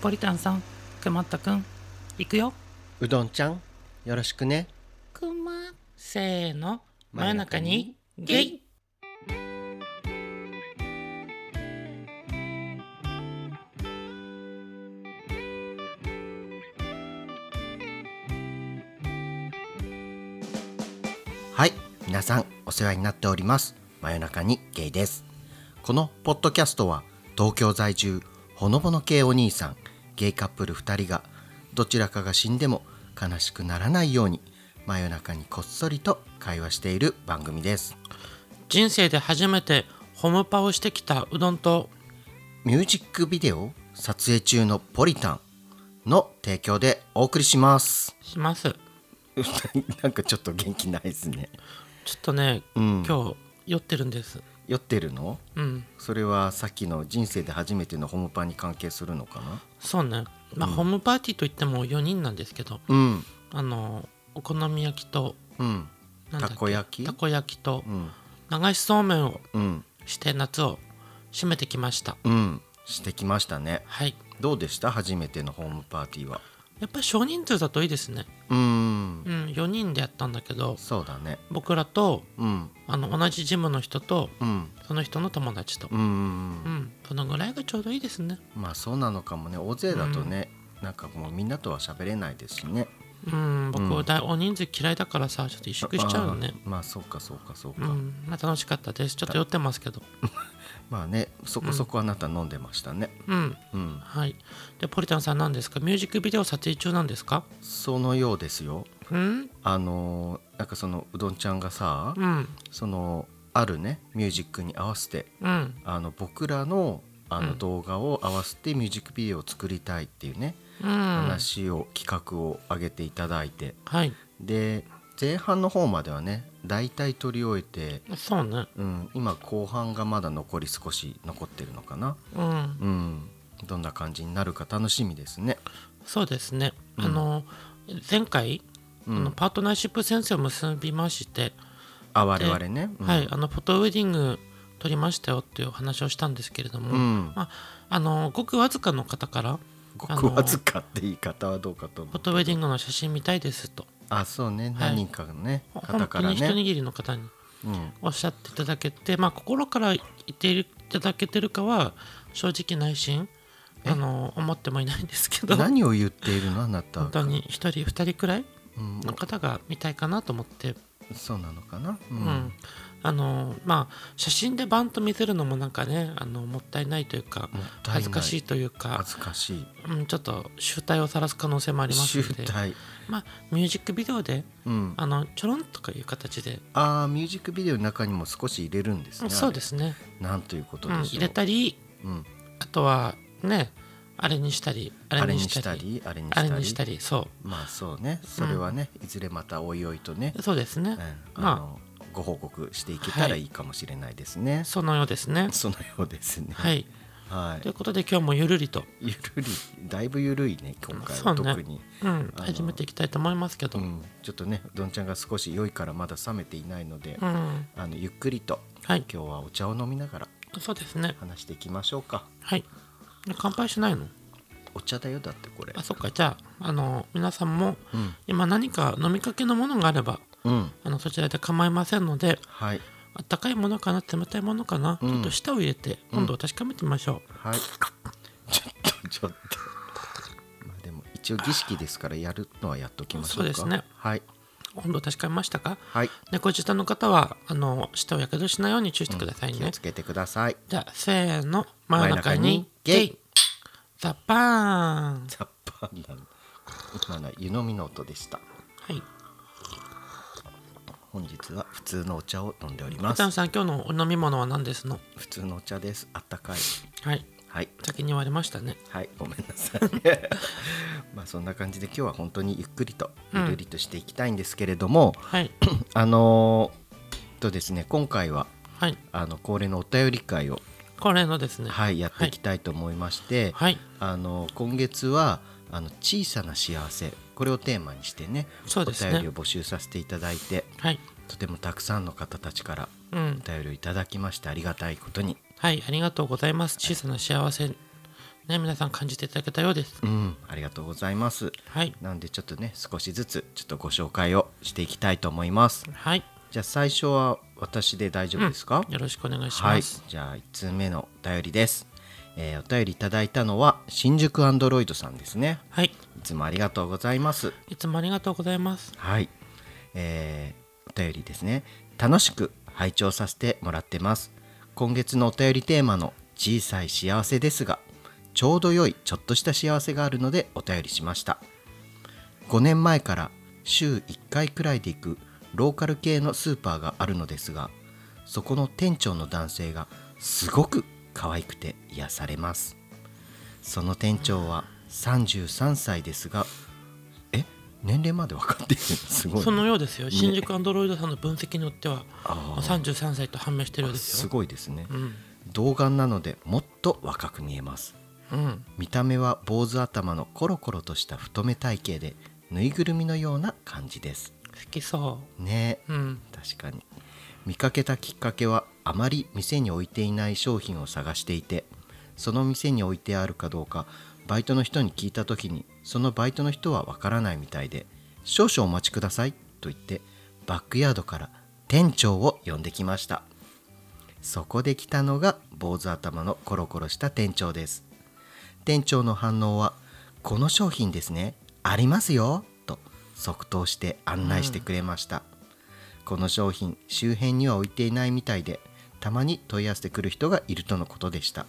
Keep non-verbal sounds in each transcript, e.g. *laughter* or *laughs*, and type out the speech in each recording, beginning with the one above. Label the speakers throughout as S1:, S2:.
S1: ポリタンさん、くまったくん、いくよ。
S2: うどんちゃんよろしくね
S1: くま、せーの、
S2: 真夜中にゲイはい皆さんお世話になっております真夜中にゲイですこのポッドキャストは東京在住ほのぼの系お兄さんゲイカップル2人がどちらかが死んでも悲しくならないように真夜中にこっそりと会話している番組です
S1: 人生で初めてホムパをしてきたうどんと、
S2: ミュージックビデオ撮影中のポリタンの提供でお送りします
S1: します。
S2: *laughs* なんかちょっと元気ないですね
S1: ちょっとね、
S2: うん
S1: 今日、酔ってるんです。
S2: 酔ってるの
S1: うん、
S2: それはさっきの人生で初めてのホームパンに関係するのかな
S1: そうね。まあ、ホームパーティーといっても4人なんですけど、
S2: うん
S1: あの、お好み焼きと、
S2: うん
S1: なんだった
S2: こ焼き
S1: たこ焼きと
S2: う、ん
S1: 流しそうめんを
S2: うん
S1: して夏を締めてきました。
S2: うんしてきましたね
S1: はい。
S2: どうでした初めてのホームパーティーは
S1: やっぱり少人数だといいですね。
S2: う
S1: うん、
S2: ん
S1: 4人でやったんだけど、
S2: そうだね
S1: 僕らと、
S2: うん
S1: あの同じジムの人と
S2: うん
S1: その人の友達と
S2: う、ん
S1: うん、そのぐらいがちょうどいいですね。
S2: まあそうなのかもね大勢だとね、なんかもうみんなとは喋れないですしね
S1: うん、僕
S2: うん
S1: 大大人数嫌いだからさ、ちょっと萎縮しちゃうよね。
S2: あまあそうかそうかそう
S1: う
S2: か、
S1: ん、まあ楽しかったです。ちょっと酔ってますけど。
S2: まあねそこそこあなた飲んでましたね
S1: うん、
S2: うん
S1: はい。で、ポリタンさんなんですか？ミュージックビデオ撮影中なんですか？
S2: そのようですよ
S1: うん、
S2: あのーなんかそのうどんちゃんがさ、
S1: うん、
S2: そのあるねミュージックに合わせて
S1: うん、
S2: あの僕らのあ
S1: う
S2: の
S1: ん
S2: 動画を合わせてミュージックビデオを作りたいっていうね、
S1: うん。
S2: 話を企画を上げていただいて
S1: はい。
S2: で前半の方まではね大体撮り終えて、
S1: そうね。
S2: うん、今後半がまだ残り少し残ってるのかな、
S1: うん、
S2: うん、どんな感じになるか楽しみですね。
S1: そうですね。
S2: うん
S1: あの前回、
S2: う
S1: あの
S2: ん、
S1: パートナーシップ先生を結びまして、
S2: あ我々ね、うん
S1: はい、あのフォトウェディング撮りましたよっていうお話をしたんですけれども、
S2: うん
S1: まあ、あのごくわずかの方から
S2: ご
S1: あ
S2: く
S1: の
S2: わずかって言い方はどうかと思
S1: フォ
S2: う
S1: トウェディングの写真見たいですと、
S2: あそうね、
S1: はい
S2: 何人かのね方
S1: 本
S2: か
S1: 当
S2: ら
S1: に一
S2: ね、
S1: 握りの方に
S2: うん、
S1: おっしゃっていただけて、まあ、心から言っていただけてるかは正直内心あの思ってもいないんですけど
S2: 何を言っているのあなた
S1: 本当に1人2人くらい
S2: うん、
S1: の方が見たいかなと思って、
S2: そうなのかな、
S1: う
S2: う
S1: んんあのまあ、写真でバンと見せるのもなんかねあのもったいないというか
S2: もったいない
S1: 恥ずかしいというか
S2: 恥ずかしい
S1: うん、ちょっと集大を晒す可能性もあります
S2: 集
S1: ので、
S2: 大、
S1: まあ、ミュージックビデオで
S2: うん、あ
S1: あのちょろんとかいう形で、
S2: あーミュージックビデオの中にも少し入れるんですね
S1: そうですすね、
S2: なんということ
S1: うん、
S2: でしょう、
S1: 入れたり
S2: うん、
S1: あとはねあれにしたりあ
S2: あ
S1: れ
S2: れ
S1: に
S2: に
S1: し
S2: した
S1: たり
S2: りあれにした
S1: あ
S2: り
S1: れにしたりそ
S2: まあそうねそれはね、いずれまたおいおいとね
S1: う、そうですね
S2: うん、
S1: まあ
S2: あのご報告していけたら
S1: はい
S2: いいかもしれないですね、
S1: そのようですね
S2: そのようですね
S1: はい
S2: は
S1: とい
S2: いう
S1: ことで今日もゆるりと、
S2: ゆるりだいぶゆるいね今回
S1: そ
S2: は
S1: うね
S2: 特に、
S1: うん、
S2: あの
S1: 始めていきたいと思いますけ
S2: う
S1: ど、うん
S2: ん、ちょっとねどんちゃんが少し酔いからまだ冷めていないので、あのゆっくりと
S1: はい
S2: 今日はお茶を飲みながら
S1: そうですね
S2: 話していきましょうか
S1: はい乾杯しないの
S2: お茶だよだってこれ
S1: あそっかじゃああの皆さんも
S2: うん
S1: 今何か飲みかけのものがあれば
S2: うん
S1: あのそちらで構いませんので
S2: はい
S1: あったかいものかな冷たいものかな、
S2: うん
S1: ちょっと舌を入れて
S2: うん
S1: 温度を確かめてみましょう、
S2: はいちょっとちょっとまあでも一応儀式ですからやるのはやっときましょ
S1: そう
S2: うか
S1: ですね
S2: はい
S1: 温度を確かめましたか
S2: はい
S1: でご自宅の方はあの舌をやけどしないように注意してくださいね、
S2: 気をつけてください
S1: じゃあせーの真ん中に
S2: 真ん中にゲ
S1: ゲ
S2: イ
S1: イザパーン
S2: ザッパーなの今のは湯飲みの音でした
S1: はい
S2: 本日は普通のお茶を飲んでおりま
S1: 松
S2: す
S1: 山さん今日のお飲み物は何ですの
S2: 普通のお茶ですあったかい
S1: はい
S2: はい
S1: 先に言われましたね
S2: はいごめんなさい *laughs* まあそんな感じで今日は本当にゆっくりとゆるりとしていきたいんですけれども、
S1: はい
S2: あのーとですね今回は
S1: はい
S2: あの恒例のお便り会を、
S1: これのですねはい、
S2: はい、やっていきたいと思いまして、あの今月はあの小さな幸せこれをテーマにしてね
S1: そうですね
S2: お便りを募集させていただいて
S1: はい
S2: とてもたくさんの方たちから
S1: うん
S2: お便りをいただきましてありがたいことに
S1: はいありがとうございます小さな幸せね、皆さん感じていただけたようです。
S2: うん、ありがとうございます。
S1: はい。
S2: なんでちょっとね少しずつちょっとご紹介をしていきたいと思います。
S1: はい。
S2: じゃあ最初は私で大丈夫ですか、
S1: よろしくお願いし
S2: は
S1: ま
S2: い
S1: す。、
S2: じゃあ1通目のお便りです、えーお便りいただいたのは新宿アンドロイドさんですね
S1: はい。
S2: いつもありがとうございます
S1: い、つもありがとうございます。
S2: はい、えーお便りですね楽しく拝聴させてもらってます今月のお便りテーマの小さい幸せですがちょうど良いちょっとした幸せがあるのでお便りしました5年前から週1回くらいで行くローカル系のスーパーがあるのですがそこの店長の男性がすごく可愛くて癒されますその店長は33歳ですがえ年齢まで分かってるすごいね
S1: そのようですよ。新宿アンドロイドさんの分析によっては、
S2: あー
S1: 33歳と判明してるようです
S2: す
S1: よ。
S2: ごいですね
S1: うん。
S2: 童顔なのでもっと若く見えます
S1: うん。
S2: 見た目は坊主頭のコロコロとした太め体型でぬいぐるみのような感じです
S1: 好きそ
S2: ねえ
S1: う。うん。
S2: 確かに見かけたきっかけはあまり店に置いていない商品を探していてその店に置いてあるかどうかバイトの人に聞いた時にそのバイトの人はわからないみたいで「少々お待ちください」と言ってバックヤードから店長を呼んできましたそこで来たのが坊主頭のコロコロした店長です店長の反応は「この商品ですねありますよ」と即答して案内してくれました、この商品周辺には置いていないみたいでたまに問い合わせてくる人がいるとのことでした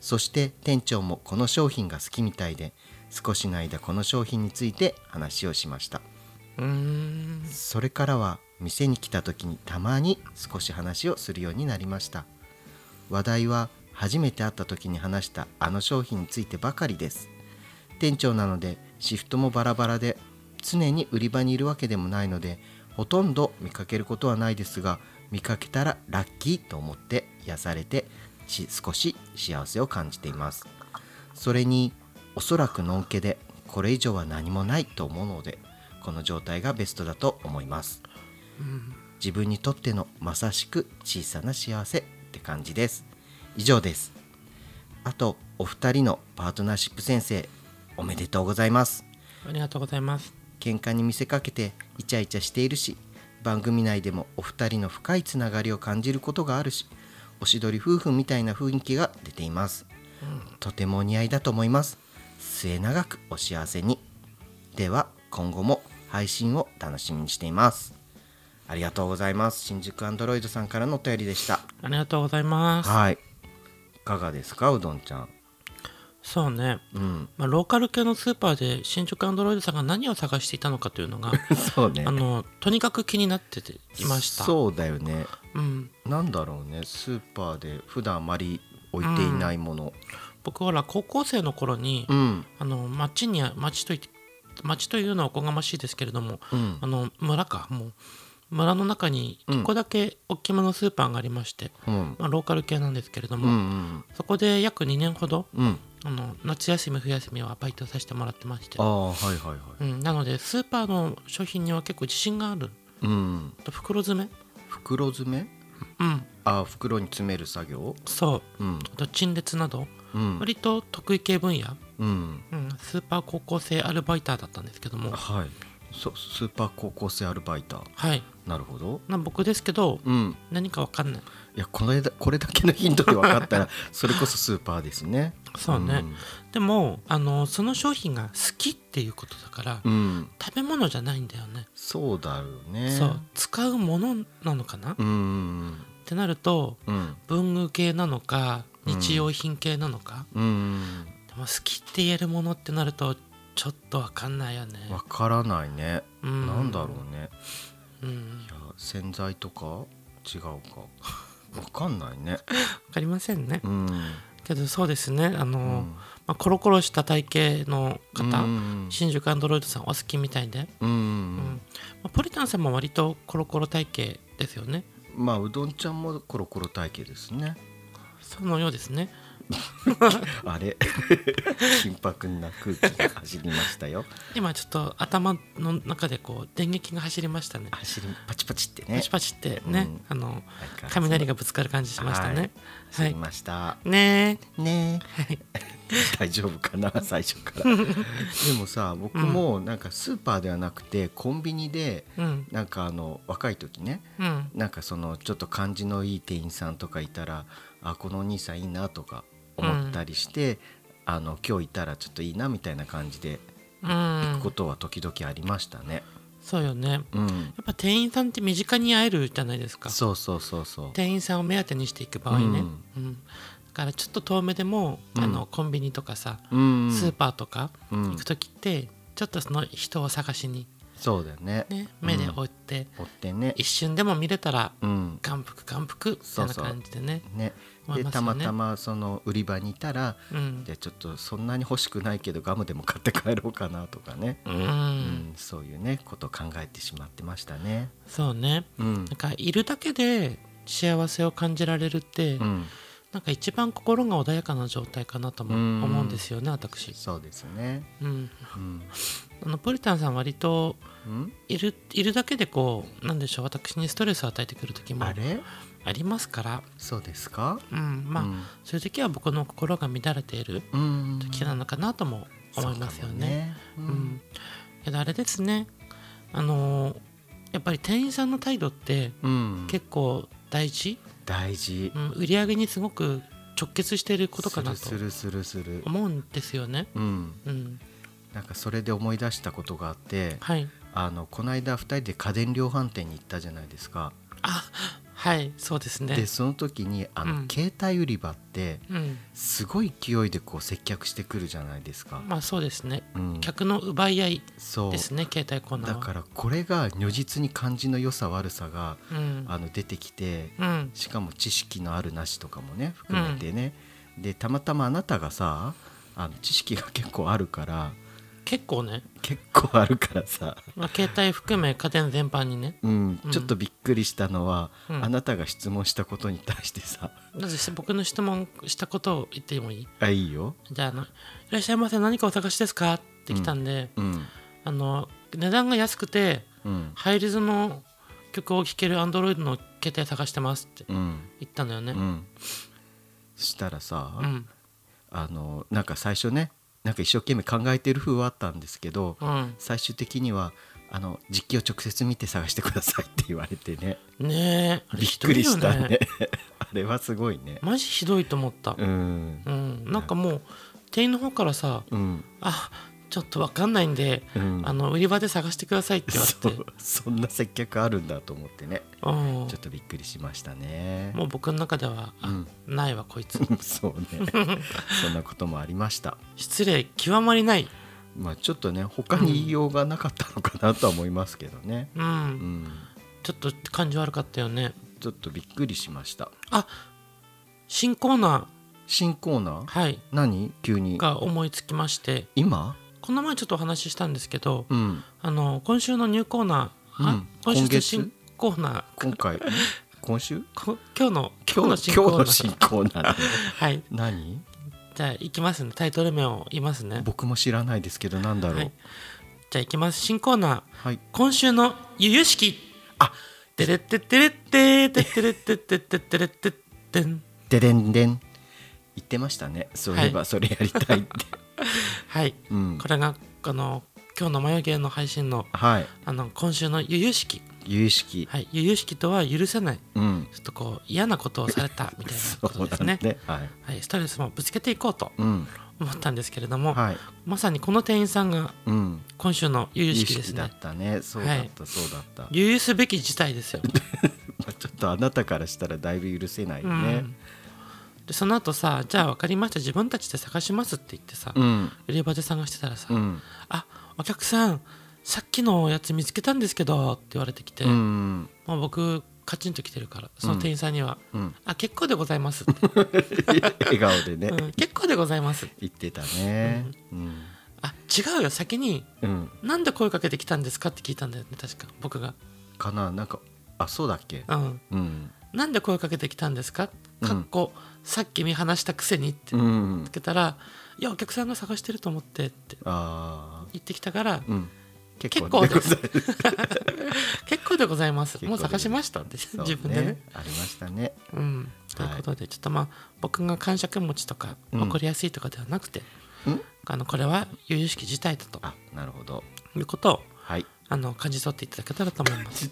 S2: そして店長もこの商品が好きみたいで少しの間この商品について話をしました
S1: うーん。
S2: それからは店に来た時にたまに少し話をするようになりました話題は初めて会った時に話したあの商品についてばかりです店長なのでシフトもバラバラで常に売り場にいるわけでもないのでほとんど見かけることはないですが見かけたらラッキーと思って癒されてし少し幸せを感じていますそれにおそらくのんけでこれ以上は何もないと思うのでこの状態がベストだと思います自分にとってのまさしく小さな幸せって感じです以上ですあとお二人のパートナーシップ先生おめでとうございます
S1: ありがとうございます。
S2: 喧嘩に見せかけてイチャイチャしているし番組内でもお二人の深いつながりを感じることがあるしおしどり夫婦みたいな雰囲気が出ています、とてもお似合いだと思います末永くお幸せにでは今後も配信を楽しみにしていますありがとうございます新宿アンドロイドさんからのお便りでした
S1: ありがとうございます。
S2: はいいかがですかうどんちゃん
S1: そうね。
S2: うん
S1: まあ、ローカル系のスーパーで新宿アンドロイドさんが何を探していたのかというの
S2: *laughs*
S1: が
S2: *laughs* そうね
S1: あのとにかく気になってていました
S2: そうだよね
S1: うん、
S2: なんだろうねスーパーで普段あまり置いていないもの
S1: 僕ほら高校生の頃に、
S2: うん
S1: あの町に町とい町というのはおこがましいですけれども、
S2: うん
S1: あの村かもう村の中に1個だけ大きめのスーパーがありまして、
S2: うん
S1: まあ、ローカル系なんですけれど
S2: う
S1: も、
S2: ん
S1: そこで約2年ほど
S2: うんうん
S1: あの夏休み冬休みはバイトさせてもらってまして
S2: あ、あはいはいはい
S1: うん、なのでスーパーの商品には結構自信がある
S2: うん
S1: あと袋詰め
S2: 袋詰め
S1: うん
S2: あ袋に詰める作業
S1: そう
S2: うん
S1: あと陳列など
S2: うん
S1: 割と得意系分野、
S2: うん
S1: うん、スーパー高校生アルバイターだったんですけども
S2: はいそスーパー高校生アルバイター
S1: はい
S2: なるほど
S1: な僕ですけど
S2: うん
S1: 何かわかんない
S2: いやこの間これだけのヒントで分か *laughs* ったらそれこそスーパーですね
S1: そうね、でもあのその商品が好きっていうことだから、
S2: うん、うん
S1: 食べ物じゃないんだよね、
S2: そうだよね
S1: そう使うものなのかな、っ
S2: うん
S1: てなると
S2: うん
S1: 文具系なのか日用品系なのか、
S2: うん
S1: でも好きって言えるものってなるとちょっとわかんないよね
S2: わからないね、
S1: うん
S2: なんだろうね
S1: うん
S2: いや洗剤とか違うか *laughs* わかんないね
S1: わかりませんね、
S2: うん
S1: けどそうですねあの、
S2: うん
S1: まあ、コロコロした体型の方、
S2: うん
S1: 新宿アンドロイドさんお好きみたいで、
S2: うん
S1: うんまあ、ポリタンさんも割とコロコロ体型ですよね
S2: まあうどんちゃんもコロコロ体型ですね
S1: そのようですね *laughs*
S2: あれ緊迫な空気が走りましたよ
S1: 今ちょっと頭の中でこう電撃が走りましたね
S2: 走りパチパチってね
S1: パチパチってね、
S2: うん
S1: あの
S2: なんか
S1: 雷がぶつかる感じしましたね
S2: は、
S1: はいい、
S2: 走りました、
S1: ね
S2: ね
S1: えはい
S2: *laughs* 大丈夫か
S1: *laughs*
S2: な最初からでもさ僕もなんかスーパーではなくてコンビニで
S1: うん
S2: なんかあの若い時ね
S1: うん
S2: なんかそのちょっと感じのいい店員さんとかいたらあこのお兄さんいいなとか思ったりして、あの今日いたらちょっといいなみたいな感じで
S1: うん
S2: 行くことは時々ありましたね。
S1: そうよねや
S2: うん、
S1: っぱ店員さんって身近に会えるじゃないですか
S2: そうそうそうそう。
S1: 店員さんを目当てにしていく場合ね、
S2: うん
S1: うんだからちょっと遠目でも、
S2: うん
S1: あのコンビニとかさ、
S2: うん、
S1: スーパーとか
S2: うん
S1: 行く時ってちょっとその人を探しに、
S2: そうだよね。
S1: ね、目で追って、
S2: 追ってね。
S1: 一瞬でも見れたら
S2: うん、
S1: 眼福眼福みたいな感じでね
S2: ね。
S1: 思
S2: で
S1: いますよね
S2: たまたまその売り場にいたら、
S1: うん
S2: じゃあちょっとそんなに欲しくないけどガムでも買って帰ろうかなとかね。
S1: う
S2: うん
S1: ん、
S2: そういうねことを考えてしまってましたね。
S1: そうね
S2: うん
S1: なん、かいるだけで幸せを感じられるって、
S2: うん、
S1: なんか一番心が穏やかな状態かなとも
S2: うん
S1: 思うんですよね、私、
S2: そうですね。
S1: うん、
S2: うん、
S1: あのポリタンさん割と
S2: うん、
S1: いるいるだけでこうなんでしょう私にストレスを与えてくる時も
S2: あ
S1: あ
S2: れ
S1: りますから
S2: そうですか
S1: うんまあ、
S2: うん
S1: そういう時は僕の心が乱れている
S2: うん
S1: 時なのかなとも思いますよね。
S2: そううんかもね
S1: けどあれですねあのーやっぱり店員さんの態度って
S2: うん、うん
S1: 結構大事、
S2: 大事
S1: うん、売り上げにすごく直結していることかなと
S2: するするするする
S1: 思うんですよね。
S2: うん
S1: うん、
S2: なんかそれで思い出したことがあって
S1: はい
S2: あのこの間2人で家電量販店に行ったじゃないですか
S1: あはいそうですね。
S2: でその時にあの、
S1: うん
S2: 携帯売り場って
S1: うん、
S2: すごい勢いでこう接客してくるじゃないですか、
S1: まあそうですね。
S2: うん、
S1: 客の奪い合い
S2: そう
S1: ですね携帯コーナー
S2: だ
S1: は。
S2: からこれが如実に感じの良さ悪さが
S1: うん
S2: あの出てきて
S1: うん
S2: しかも知識のあるなしとかもね含めてね、でたまたまあなたがさあの知識が結構あるから
S1: 結構ね、
S2: 結構あるからさ、
S1: まあ、携帯含め家電全般にね
S2: うん
S1: うん
S2: ちょっとびっくりしたのは、
S1: うん
S2: あなたが質問したことに対してさ *laughs* 「
S1: なぜ僕の質問したことを言ってもいい
S2: あいいよ
S1: じゃああの「いらっしゃいませ何かお探しですか?」って来たんで、」
S2: うん
S1: あの値段が安くて
S2: うん
S1: ハイリズの曲を聴ける Android の携帯探してますって
S2: うん
S1: 言ったのよね。
S2: うんそしたらさ、
S1: うん
S2: あのなんか最初ねなんか一生懸命考えてる風はあったんですけど、
S1: うん、
S2: 最終的にはあの実機を直接見て探してくださいって言われてね
S1: ねえ
S2: びっくりした
S1: ひどいよ
S2: ね *laughs* あれはすごいね
S1: マジひどいと思った、う
S2: うんん
S1: なんかもう店員の方からさ
S2: うん
S1: 「あちょっとわかんないんで、
S2: うん
S1: あの売り場で探してください」って言わ
S2: そ
S1: れて
S2: うそんな接客あるんだと思ってね
S1: うん
S2: ちょっとびっくりしましたね
S1: もう僕の中では「あ
S2: うん
S1: ないわこいつ
S2: *laughs* そうね
S1: *laughs*
S2: そんなこともありました
S1: 失礼極まりない」
S2: まあちょっとね他に言いようがなかったのかなとは思いますけどね
S1: う、
S2: うんん
S1: ちょっと感じ悪かったよね
S2: ちょっとびっくりしました
S1: あ新コーナ
S2: 新コー
S1: ー、
S2: ナー
S1: はい、
S2: 何急に
S1: が思いつきまして
S2: 今
S1: この前ちょっとお話ししたんですけど、
S2: うん
S1: あの今週のニューコーナー、あ
S2: うん
S1: 今週
S2: 今
S1: の
S2: 月
S1: 新コーナ
S2: 今
S1: *laughs*
S2: 回今週
S1: ーこ今日の今
S2: 今
S1: 日
S2: 日
S1: の
S2: の
S1: 新
S2: 新
S1: コ
S2: コ
S1: ーナー
S2: ーナーだね
S1: はい
S2: 何
S1: じゃあいきますねタイトル名を言いますね
S2: 僕も知らないですけどなんだろう
S1: は
S2: はいい、
S1: じゃあいきます新コーナー今週のゆゆしき
S2: あ
S1: てれってってれってーてってれってってってってれってってん
S2: ででんでん言ってましたねそういえ
S1: は
S2: ばそれやりた
S1: *laughs*
S2: いって、
S1: はい、
S2: うん
S1: これがあの今日の眉毛の配信の
S2: はい
S1: あの今週のゆゆしき
S2: 有意識、
S1: はい、由々しきとは許せない、
S2: うん
S1: ちょっとこう嫌なことをされたみたいな
S2: *laughs* そ
S1: こと
S2: う
S1: で
S2: だ
S1: す
S2: ね
S1: ね。
S2: はい
S1: はい、ストレスもぶつけていこうと
S2: うん
S1: 思ったんですけれども、
S2: はい
S1: まさにこの店員さんが
S2: うん
S1: 今週の由
S2: 有
S1: 々
S2: 意
S1: しきです
S2: 識だ
S1: ね
S2: っ。たねそうだった、そうだった、ま
S1: 由々すべき事態ですよ。
S2: あ、ちょっとあなたからしたらだいぶ許せないよ
S1: う
S2: ね
S1: ん、でその後さ、じゃあ分かりました、自分たちで探しますって言ってさ、
S2: うん
S1: 売り場で探してたらさ、
S2: うん
S1: あお客さん、さっきのやつ見つけたんですけどって言われてきて、
S2: うん
S1: もう僕、カチンと来てるから、その店員さんには、
S2: うん
S1: あ結構でござい
S2: *laughs*
S1: ますって、
S2: 笑顔でね、
S1: うん結構でございますって
S2: 言ってたねうん
S1: あ違うよ先に
S2: うん
S1: なんで声かけてきたんですかって聞いたんだよね確か僕が
S2: かななんかあそうだっけ
S1: うん
S2: うん
S1: なんで声かけてきたんですか
S2: うん
S1: かっこ、さっき見放したくせにって
S2: うん
S1: つけたら「いやお客さんが探してると思って」って
S2: あ
S1: 言ってきたから
S2: あうん結構でございます
S1: 結構でございます
S2: 結
S1: も
S2: 構で
S1: う探しましたって、
S2: そう
S1: *laughs* 自分でね
S2: ありましたね
S1: うんということで、ちょっとまあ僕が感触持ちとか
S2: うん
S1: 起こりやすいとかではなくて、
S2: ん
S1: あのこれは由々しき事態だと
S2: あなるほど
S1: いうことを
S2: はい
S1: あの感じ取っていただけたらと思い
S2: *laughs*
S1: ます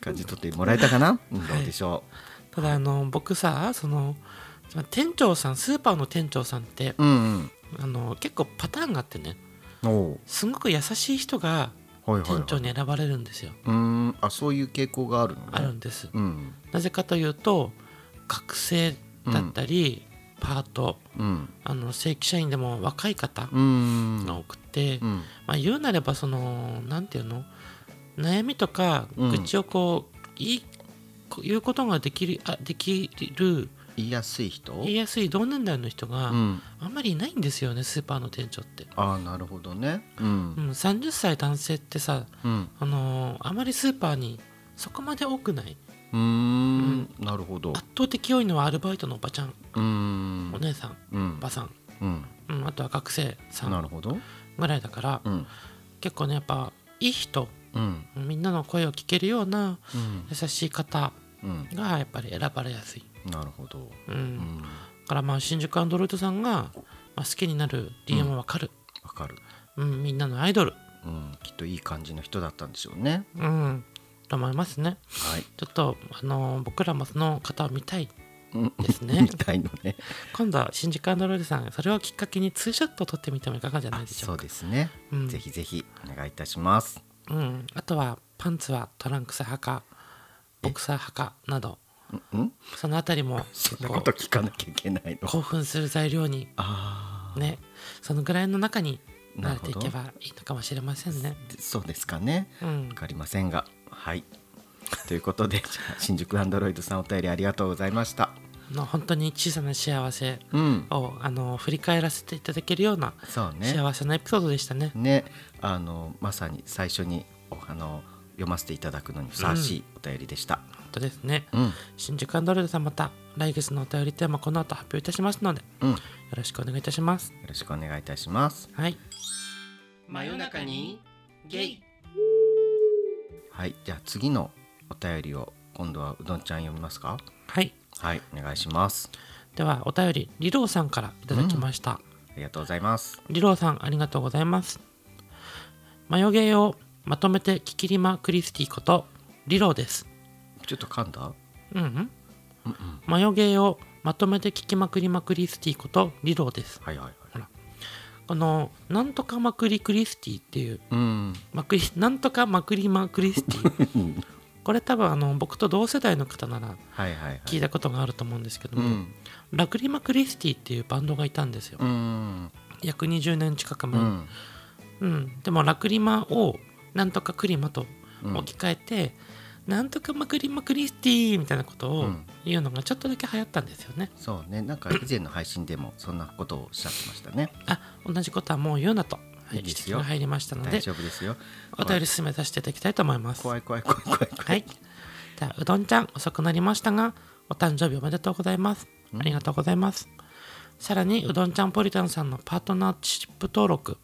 S2: 感じ取ってもらえたかなうんどうでしょ
S1: ただあの僕さその店長さんスーパーの店長さんって
S2: ううん
S1: あの結構パターンがあってね
S2: うんお
S1: すごく優しい人が
S2: おはいはい
S1: 店
S2: は
S1: 長
S2: い
S1: に選ばれるんですよ、
S2: うーんあそういう傾向があるのね
S1: あるんです
S2: うん
S1: なぜかというと学生だったり、パート
S2: うん
S1: あの正規社員でも若い方
S2: うーん
S1: が多くて、
S2: うん
S1: まあ、言うなればその何て言うの悩みとか
S2: うん
S1: 愚痴をこう、いいこう言うことができるあできる
S2: 言いやすい人
S1: 言いやすい同年代の人が、
S2: うん
S1: あんまりいないんですよねスーパーの店長って、
S2: あなるほどねう
S1: うんん、30歳男性ってさ、
S2: うん
S1: あのーあまりスーパーにそこまで多くないう
S2: ーんなるほど
S1: 圧倒的多いのはアルバイトのおばちゃん
S2: うーん
S1: お姉さん
S2: うん
S1: おばさん、
S2: うん
S1: うん、あとは学生さ
S2: なんるほど
S1: ぐらいだから、
S2: うん
S1: 結構ねやっぱいい人
S2: うん
S1: みんなの声を聞けるような
S2: うん
S1: 優しい方
S2: うん
S1: がやっぱり選ばれやすい、
S2: なるほど
S1: うん
S2: うん
S1: だからまあ新宿アンドロイドさんが、まあ、好きになる理由もわかる、
S2: わかる
S1: うんみんなのアイドル、
S2: うんきっといい感じの人だったんでしょうね
S1: うん、と思いますね
S2: はい
S1: ちょっと、あのー僕らもその方を見たい
S2: うん
S1: ですね
S2: みたいの
S1: *laughs*
S2: ね
S1: 今度は新宿アンドロイドさんそれをきっかけにツーショットを撮ってみてもいかがじゃないでしょ
S2: そうう
S1: か
S2: ですね
S1: うん
S2: ぜひぜひお願いいたします
S1: うん、あとはパンツはトランクス派かボクサー派かなど
S2: うんうん
S1: そのあたりも
S2: そんなこと聞かなきゃいけないの
S1: 興奮する材料に
S2: あ
S1: ねそのぐらいの中に慣
S2: な
S1: れ
S2: るほ
S1: てい
S2: ど
S1: けばいいのかもしれませんね。
S2: あそうですかね
S1: うん
S2: わ、かりませんがはいということで *laughs* じゃあ新宿アンドロイドさんお便りありがとうございました
S1: あの本当に小さな幸せ
S2: うん
S1: をあの振り返らせていただけるような
S2: そうね
S1: 幸せなエピソードでしたね。
S2: ねあのまさに最初におあの読ませていただくのにふさわしいお便りでした
S1: 本当ですね。
S2: うん
S1: 新宿アンドロイドさんまた来月のお便りテーマこの後発表いたしますのでよ
S2: うんよ
S1: ろしくお願いいたします。
S2: ろしくお願いいたします
S1: はい。
S2: 真夜中にゲイはいじゃあ次のお便りを今度はうどんちゃん読みますか
S1: はい。
S2: はいお願いします
S1: ではお便りリローさんからいただきました。
S2: ありがとうございます
S1: リローさんありがとうございます。マヨゲーをまとめてキキリマクリスティことリローです。
S2: ちょっと噛んだ
S1: うん、うん、マヨゲーをまとめて聞きまくりまくりスティことリローです。
S2: はいはいはい
S1: このなんとかまくりクリスティっていう
S2: うん
S1: まくりなんとかまくりまクリスティ
S2: *laughs*
S1: これ多分あの僕と同世代の方なら
S2: はいはいはい
S1: 聞いたことがあると思うんですけど
S2: う
S1: も、
S2: ん
S1: ラクリマクリスティっていうバンドがいたんですよ、
S2: うん
S1: 約20年近く
S2: う
S1: 前、うん
S2: ん
S1: でもラクリマをなんとかクリマと
S2: うん
S1: 置き換えて、なんとかまくりまクリスティみたいなこと
S2: う
S1: を
S2: ん
S1: 言うのがちょっとだけ流行ったんですよね、
S2: そうねなんか以前の配信でもそんなことをおっしゃってましたね
S1: あ同じことはもう言うなと、はい
S2: いい
S1: 指
S2: です
S1: 摘
S2: よ
S1: が入りましたの
S2: 大
S1: で
S2: 丈夫ですよ
S1: お便り進めさせていただきたいと思います
S2: 怖い怖い怖い怖い怖い
S1: はいじゃあうどんちゃん遅くなりましたがお誕生日おめでとうございますありがとうございますさらにうどんちゃんポリタンさんのパートナーシップ登録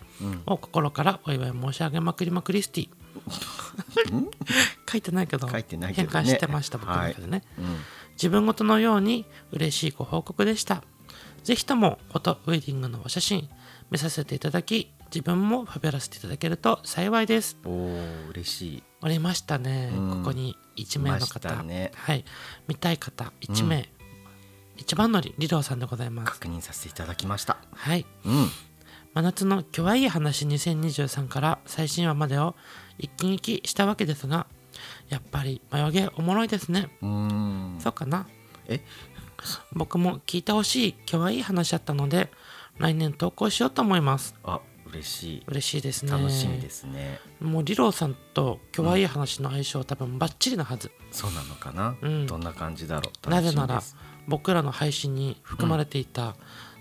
S1: を心からお祝い申し上げまくりまくりスティ書いてないけど
S2: 書いてないけどね
S1: 変換してました僕の中でね、
S2: うん
S1: 自分事のように嬉しいご報告でした。ぜひともフォトウェディングのお写真見させていただき、自分もファベらせていただけると幸いです。
S2: おー嬉しい
S1: おりましたね、
S2: うん
S1: ここに1名の
S2: いまし
S1: 方、
S2: たね
S1: はい、見たい方1名、一番乗りリローさんでございます。
S2: 確認させていただきました
S1: はい、
S2: うん
S1: 真夏の「今日はいい話2023」から最新話までを一気に一気したわけですが、やっぱり眉毛おもろいですね。
S2: うーん
S1: そうかな
S2: え
S1: 僕も聞いてほしい可愛い話だったので来年投稿しようと思います
S2: あ嬉しい
S1: 嬉しいですね
S2: 楽しみですね
S1: もうリローさんと可愛い話の相性は多分バッチリなはず、
S2: そうなのかな
S1: うん
S2: どんな感じだろう
S1: な
S2: 楽
S1: ぜ
S2: しみ
S1: なら
S2: です
S1: 僕らの配信に含まれていた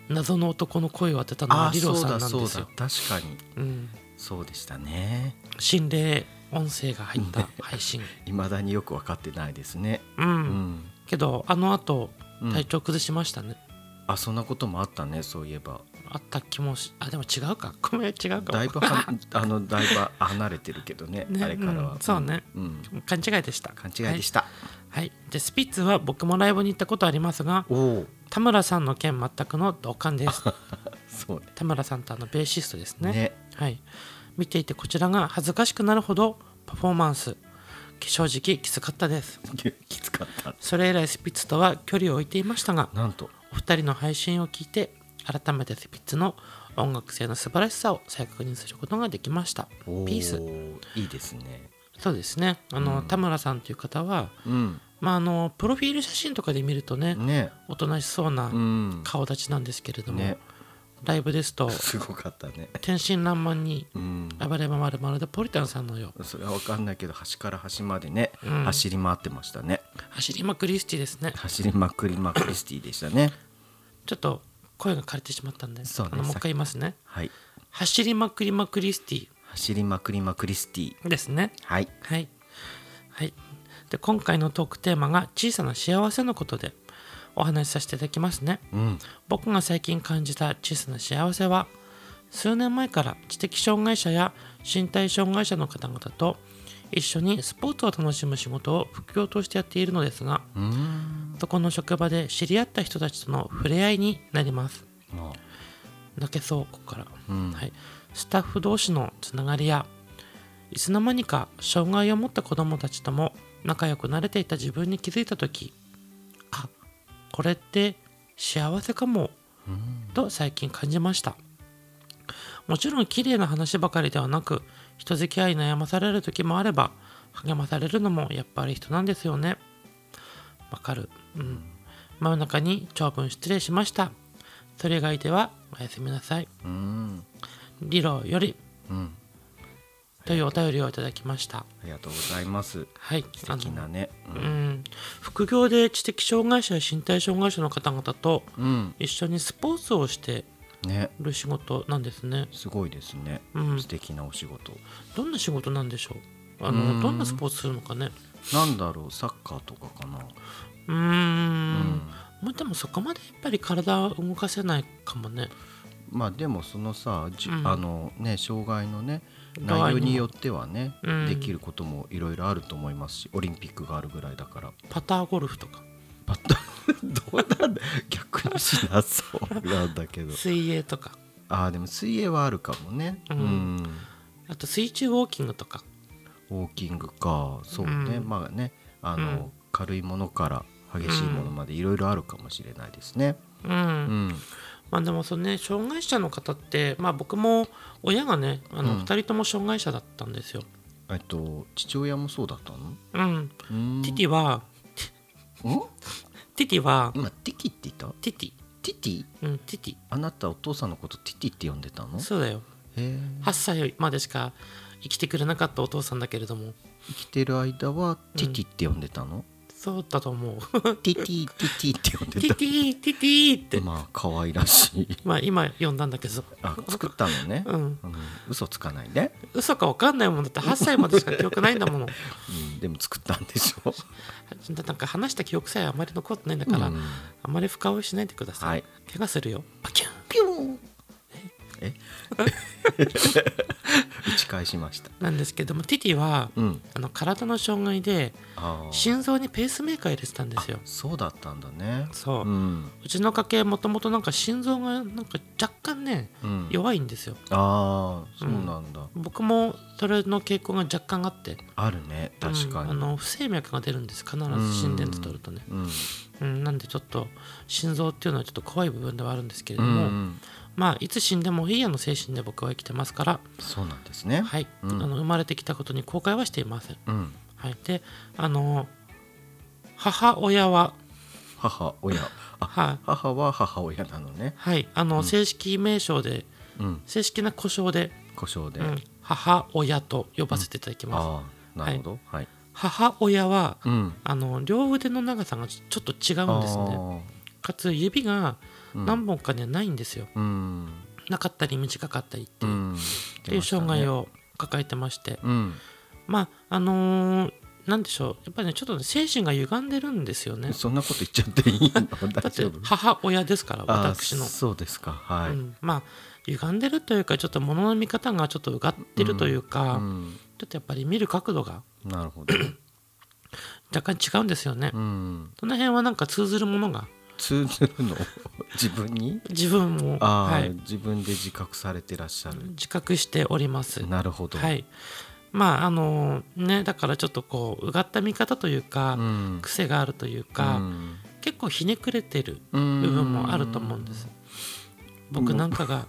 S1: 謎の男の声を当てたの
S2: あ
S1: は
S2: ー
S1: リロー
S2: そう
S1: さん
S2: だ
S1: なん
S2: そう
S1: です
S2: だ
S1: よ
S2: 確、かに
S1: うん、
S2: そうでしたね
S1: 心霊音声が入った配
S2: *laughs*
S1: 信、
S2: 未だによく分かってないですね
S1: う
S2: うんん
S1: けどあのあと
S2: うん
S1: 体調崩しましたね、
S2: あそんなこともあったねそういえば
S1: あった気もしあでも違うかごめん違うかも
S2: だいぶはあのだいぶ離れてるけどね
S1: *laughs* ね
S2: あれからは、
S1: うんそうね
S2: うん、
S1: 勘違いでした
S2: 勘違いでした、
S1: はい、はいでスピッツは僕もライブに行ったことありますが
S2: おおー
S1: 田村さんの件全くの同感です
S2: そうね
S1: 田村さんとあのベーシストですね
S2: ね *laughs*
S1: はい、見ていてこちらが恥ずかしくなるほどパフォーマンス正直きつかったです
S2: きつかった
S1: それ以来スピッツとは距離を置いていましたが
S2: なんと
S1: お二人の配信を聞いて改めてスピッツの音楽性の素晴らしさを再確認することができました
S2: おー
S1: ピース
S2: いいですね
S1: そうですねあの、田村さんという方は、
S2: うん
S1: まあ、あのプロフィール写真とかで見るとね、
S2: ね
S1: おとなしそうな
S2: うん
S1: 顔立ちなんですけれども、
S2: ね
S1: ライブです
S2: *laughs*
S1: と
S2: すごかったね
S1: 天真爛漫に
S2: うん
S1: 暴れ回るまるでポリタンさんのよう
S2: それは分かんないけど端から端までね、
S1: うん
S2: 走り回ってましたね
S1: 走りまくりスティですね
S2: 走りまくりまくりスティでしたね
S1: ちょっと声が枯れてしまったんで、
S2: そうね
S1: あのもう一回言いますね。
S2: はい
S1: 走りまくりまくりスティ
S2: 走りまくりまくりスティ
S1: ですね。
S2: はい
S1: はい。はい。で、今回のトークテーマが小さな幸せのことでお話しさせていただきますね。
S2: うん
S1: 僕が最近感じた小さな幸せは、数年前から知的障害者や身体障害者の方々と一緒にスポーツを楽しむ仕事を副業としてやっているのですが、
S2: うん
S1: そこの職場で知り合った人たちとの触れ合いになります。
S2: まあ
S1: 泣けそうここから、
S2: うん
S1: はい、スタッフ同士のつながりやいつの間にか障害を持った子どもたちとも仲良くなれていた自分に気づいた時あこれって幸せかも
S2: うん
S1: と最近感じましたもちろん綺麗な話ばかりではなく人付き合いに悩まされる時もあれば励まされるのもやっぱり人なんですよねわかるうん真夜中に長文失礼しましたそれ以外ではおやすみなさい
S2: うん
S1: リロより
S2: うん
S1: というお便りをいただきました
S2: ありがとうございます
S1: はい
S2: 素敵なね
S1: あのうん副業で知的障害者や身体障害者の方々と
S2: うん、
S1: 一緒にスポーツをして
S2: うん、ね
S1: る仕事なんですね
S2: すごいですね、
S1: うん
S2: 素敵なお仕事
S1: どんな仕事なんでしょうあ
S2: うー
S1: の
S2: ん
S1: どんなスポーツするのかね
S2: なんだろうサッカーとかかな
S1: うーんまあでもそこまでやっぱり体を動かせないかもね
S2: まあでもそのさじ、
S1: うん
S2: あのね障害のね
S1: 度合い
S2: 内容
S1: にも
S2: によってはね、
S1: うん
S2: できることもいろいろあると思いますしオリンピックがあるぐらいだから
S1: パターゴルフとか
S2: パッとどうなんだ逆にしなそうなんだ
S1: *laughs*
S2: けど
S1: 水泳とか
S2: あーでも水泳はあるかもねう、
S1: うんんあと水中ウォーキングとか
S2: ウォーキングかそうね、
S1: うん
S2: まあねあの、
S1: うん
S2: 軽いものから激しいものまでいろいろあるかもしれないですね
S1: うん、
S2: うん
S1: まあでもそのね障害者の方ってまあ僕も親がねあ
S2: う
S1: の
S2: ん
S1: 2人とも障害者だったんですよ
S2: えっと父親もそうだったの
S1: うん、
S2: うん
S1: ティティは
S2: ん
S1: ティティは
S2: 今ティキって言った
S1: ティティ
S2: ティティ
S1: うんティテ
S2: あなたお父さんのことティティって呼んでたの
S1: ィ
S2: へ
S1: そうだよ
S2: え
S1: 8歳までしか生きてくれなかったお父さんだけれども
S2: 生きてる間はティティって呼んでたの、
S1: そうだと思う
S2: ティティティティって呼ん
S1: テ
S2: で
S1: ィ
S2: た
S1: ティティティって
S2: まあ可愛らしい
S1: まあ今呼んだんだけど
S2: あ作ったのね、
S1: うん
S2: うん嘘つかないね、
S1: 嘘か分かんないもんだって8歳までしか記憶ないんだものだ
S2: うん、でも作ったんでしょ
S1: ってなんか話した記憶さえあまり残ってないんだから、
S2: うん
S1: あまり深追いしないでください、
S2: はい
S1: 怪我するよパキュン
S2: ピューンえ
S1: *laughs*
S2: 打ち返しました
S1: なんですけどもティティは、
S2: うん
S1: あの体の障害で
S2: あー
S1: 心臓にペースメーカー入れてたんですよ
S2: そうだったんだね
S1: そう、う
S2: うん、
S1: ちの家系もともとなんか心臓がなんか若干ね
S2: うん、
S1: 弱いんですよ
S2: ああそうなんだ、
S1: 僕もそれの傾向が若干あって
S2: あるね確かに、
S1: うんあの不整脈が出るんです必ず心電図取るとね、
S2: うん
S1: うん、なんでちょっと心臓っていうのはちょっと怖い部分ではあるんですけれ
S2: う
S1: ど
S2: ん
S1: も、
S2: うん
S1: まあいつ死んでもいいやの精神で僕は生きてますから、
S2: そうなんですね。
S1: はい
S2: うん
S1: あの生まれてきたことに後悔はしていません、
S2: うん、
S1: はい、であの母親は
S2: 母親あ
S1: は
S2: 母は母親なのね。
S1: はいあの、正式名称で
S2: うん、
S1: 正式な呼称で、
S2: 故障で。
S1: うん、母親と呼ばせていただきます、
S2: ああ、なるほど。はい。
S1: 母親は、
S2: うん。
S1: あの両腕の長さがちょっと違うんですね
S2: あ
S1: かつ指が
S2: うん
S1: 何本かね、ないんですよ
S2: あうん。
S1: なかったり短かったりって
S2: う
S1: いう、
S2: ん。
S1: っていう障害を抱えてまして、
S2: 出ましたね。
S1: まああのーなんでしょうやっぱりねちょっとね精神が歪んでるんですよね
S2: そんなこと言っちゃっていいの
S1: だ
S2: 大
S1: って
S2: 丈夫
S1: 母親ですから
S2: あー
S1: 私の、
S2: そうですかはい、
S1: うん、まあ歪んでるというかちょっと物の見方がちょっとうがってるというか、
S2: うん
S1: ちょっとやっぱり見る角度が
S2: なるほど、
S1: 若干違うんですよね、
S2: うん、
S1: その辺はなんか通ずるものが
S2: 通ずるの自分に
S1: 自分も、
S2: あー、
S1: はい、
S2: 自分で自覚されてらっしゃる、
S1: 自覚しております
S2: なるほど、
S1: はいまああのねだからちょっとこううがった見方というか、
S2: うん
S1: 癖があるというか、
S2: うん
S1: 結構ひねくれてる
S2: 部
S1: 部分もあると思うんです僕なんかが、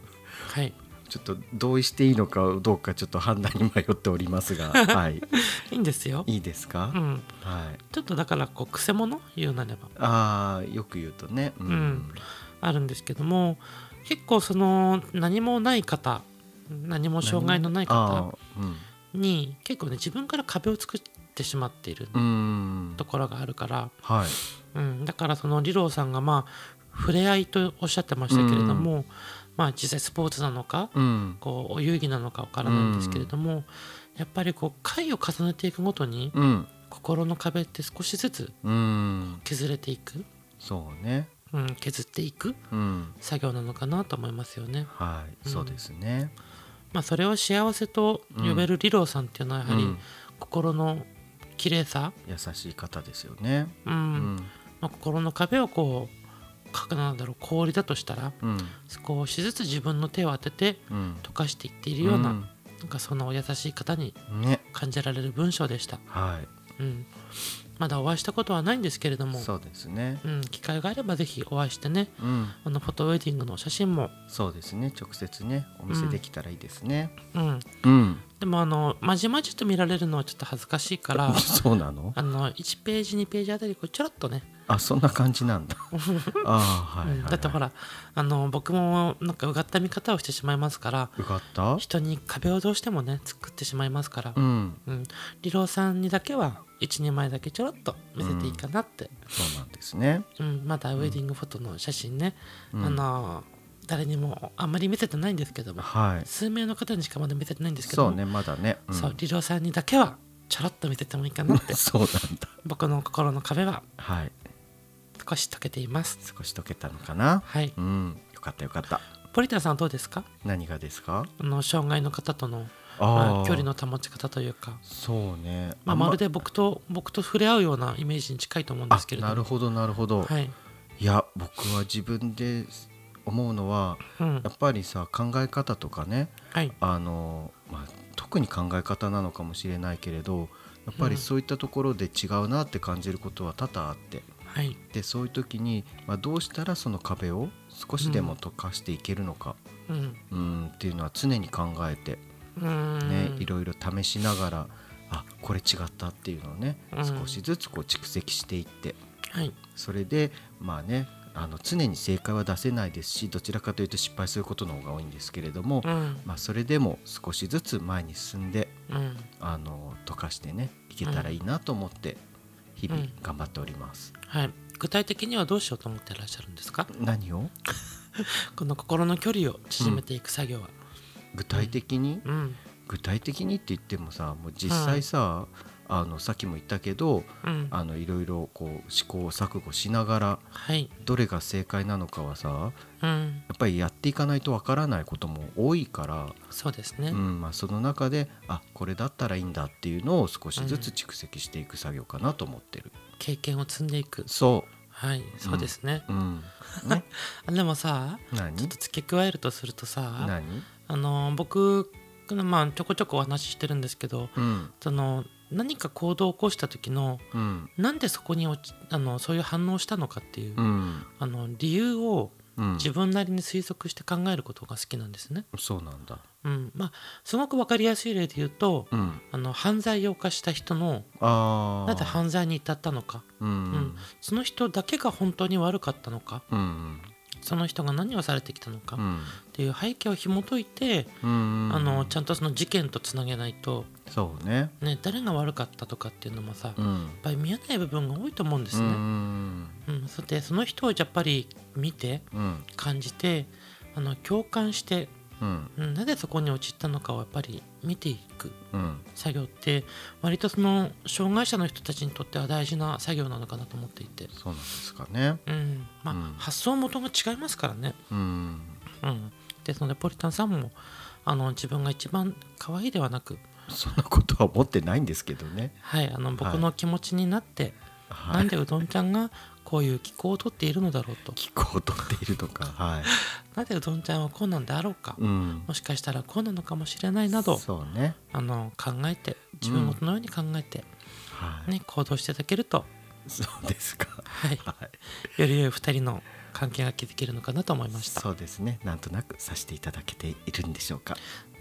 S1: はい
S2: ちょっと同意していいのかどうかちょっと判断に迷っておりますがはい
S1: いいんですよ、
S2: いいですか、
S1: うん、
S2: はい
S1: ちょっとだからこう癖者言うなれば
S2: あーよく言うとねうん、
S1: うんあるんですけども結構その何もない方何も障害のない
S2: あ
S1: 方
S2: ー
S1: に結構ね自分から壁を作ってしまっている
S2: うんうん
S1: ところがあるから、
S2: はい
S1: うん、だからその理郎さんがまあ触れ合いとおっしゃってましたけれども、まあ実際スポーツなのか
S2: うん
S1: こうお遊戯なのかわからないんですけれども、やっぱりこう回を重ねていくごとに
S2: うん
S1: 心の壁って少しずつ
S2: うん
S1: 削れていく、
S2: そうね
S1: うん、削っていく
S2: うん
S1: 作業なのかなと思いますよね。
S2: はい
S1: うん
S2: そうですね、
S1: まあ、それを幸せと呼べる理郎さんっていうのはやは
S2: う
S1: り
S2: ん
S1: 心の綺麗さ、
S2: 優しい方ですよね
S1: うん
S2: うん
S1: まあ、心の壁をこうかなんだろう氷だとしたら
S2: うん
S1: 少しずつ自分の手を当てて
S2: うん
S1: 溶かしていっているような,、
S2: うん
S1: なんかそんなお優しい方に
S2: ね
S1: 感じられる文章でした、
S2: は
S1: うん、まだお会いしたことはないんですけれど
S2: い
S1: も
S2: そうですね
S1: う、ん、機会があればぜひお会いしてね
S2: うん
S1: あのフォトウェディングのお写真も、
S2: そうですね直接ねお見せできたらいいですね
S1: うん、
S2: うん、
S1: でもあのまじまじと見られるのはちょっと恥ずかしい
S2: *laughs*
S1: から。
S2: そうなの
S1: あの1ページ2ページあたりこうちょろっとね、
S2: あそんな感じなんだあーはいはい、はい
S1: だってほらあの僕もなんかうがった見方をしてしまいますから
S2: よかった
S1: 人に壁をどうしてもね作ってしまいますから
S2: う、ん
S1: うん理郎さんにだけは1人前だけちょろっと見せていいかなって、
S2: そうなんですね
S1: うんまだウェディングフォトの写真ね、
S2: うん
S1: あの誰にもあんまり見せてないんですけども
S2: はい
S1: 数名の方にしかまだ見せてないんですけど
S2: そ
S1: も
S2: うねまだね、うん
S1: そう理郎さんにだけはちょろっと見せてもいいかなって
S2: そうなんだ
S1: 僕の心の壁は
S2: はい
S1: 少し溶けています
S2: 少し解けたのかな
S1: はい
S2: うんよかったよかった
S1: ポリタンさんどうですか
S2: 何がですか
S1: あの障害の方との、ま
S2: あ
S1: あ
S2: ー
S1: 距離の保ち方というか、
S2: そうね
S1: まあ、
S2: ん
S1: まるで僕と僕と触れ合うようなイメージに近いと思うんですけれど
S2: あなるほどなるほど、
S1: はい
S2: い、や僕は自分で思うのは
S1: うん
S2: やっぱりさ考え方とかね
S1: はい
S2: あの、まあ、特に考え方なのかもしれないけれどやっぱりそういったところで違うなって感じることは多々あって
S1: はい
S2: でそういう時に、まあ、どうしたらその壁を少しでも溶かしていけるのか、
S1: うん
S2: うん、っていうのは常に考えて、
S1: うーん
S2: ねいろいろ試しながらあこれ違ったっていうのをね
S1: うん
S2: 少しずつこう蓄積していって
S1: はい
S2: それでまあねあの常に正解は出せないですしどちらかというと失敗することの方が多いんですけれども、
S1: うん
S2: まあ、それでも少しずつ前に進んで
S1: うん
S2: あの溶かしてねいけたらいいなと思って日々頑張っております。
S1: はい具体的にはどうしようと思ってらっしゃるんですか
S2: 何を
S1: この心の距離を縮めていく作業は
S2: 具体的に、
S1: うん
S2: 具体的にって言ってもさもう実際さ、あのさっきも言ったけど
S1: うん
S2: あのいろいろこう試行錯誤しながら
S1: はい
S2: どれが正解なのかはさや
S1: うん
S2: っぱりやっていかないとわからないことも多いから、
S1: そうですね
S2: うんまあ、その中であこれだったらいいんだっていうのを少しずつ蓄積していく作業かなと思ってる。
S1: 経験を積んでいく
S2: そ
S1: はいそうですね
S2: う、うんね、
S1: あでもさ *laughs* ちょ
S2: 何
S1: っと付け加えるとするとさ
S2: 何、
S1: あの僕まあちょこちょこお話ししてるんですけど
S2: うん
S1: その何か行動を起こした時の
S2: うん
S1: なんでそこに落ちあのそういう反応をしたのかっていう、
S2: うん
S1: あの理由を
S2: うん、
S1: 自分なりに推測して考えることが好きなんですね。
S2: そうなんだ。
S1: うんまあ、すごく分かりやすい例で言うと、
S2: うん、
S1: あの犯罪を犯した人の
S2: ああ。
S1: なぜ犯罪に至ったのか、
S2: うん
S1: うんその人だけが本当に悪かったのか
S2: うん
S1: その人が何をされてきたのか
S2: う
S1: っ
S2: ん
S1: ていう背景を紐解いて、
S2: うん
S1: あのちゃんとその事件とつなげないと、
S2: そうね。
S1: ね、誰が悪かったとかっていうのもさ、
S2: う
S1: やっ
S2: ん。
S1: ぱり見えない部分が多いと思うんですね。
S2: うん
S1: うん、そしてその人をやっぱり見て
S2: うん
S1: 感じてあの共感して
S2: うん
S1: うん、なぜそこに陥ったのかをやっぱり見ていく
S2: うん
S1: 作業って割とその障害者の人たちにとっては大事な作業なのかなと思っていて、
S2: そうなんですかね
S1: うんまあ
S2: うん
S1: 発想元が違いますからね、
S2: うん
S1: うん、ですのでポリタンさんもあの自分が一番可愛いではなく、
S2: そんなことは思ってないんですけどね
S1: はい、あの
S2: は
S1: 僕
S2: い
S1: の気持ちになって、
S2: は
S1: ないんでうどんちゃんがこういう気候をとっているのだろうと
S2: 気候をとっているとか *laughs* はい
S1: なぜうどんちゃんはこうなんであろうか、
S2: うん
S1: もしかしたらこうなのかもしれないなど
S2: そうね
S1: あの考えて自分事のように考えて、
S2: はい
S1: ね、行動していただけると、
S2: そうですか
S1: はい、
S2: はい
S1: より良い2人の関係が築けるのかなと思いました
S2: そうですねなんとなくさせていただけているんでしょうか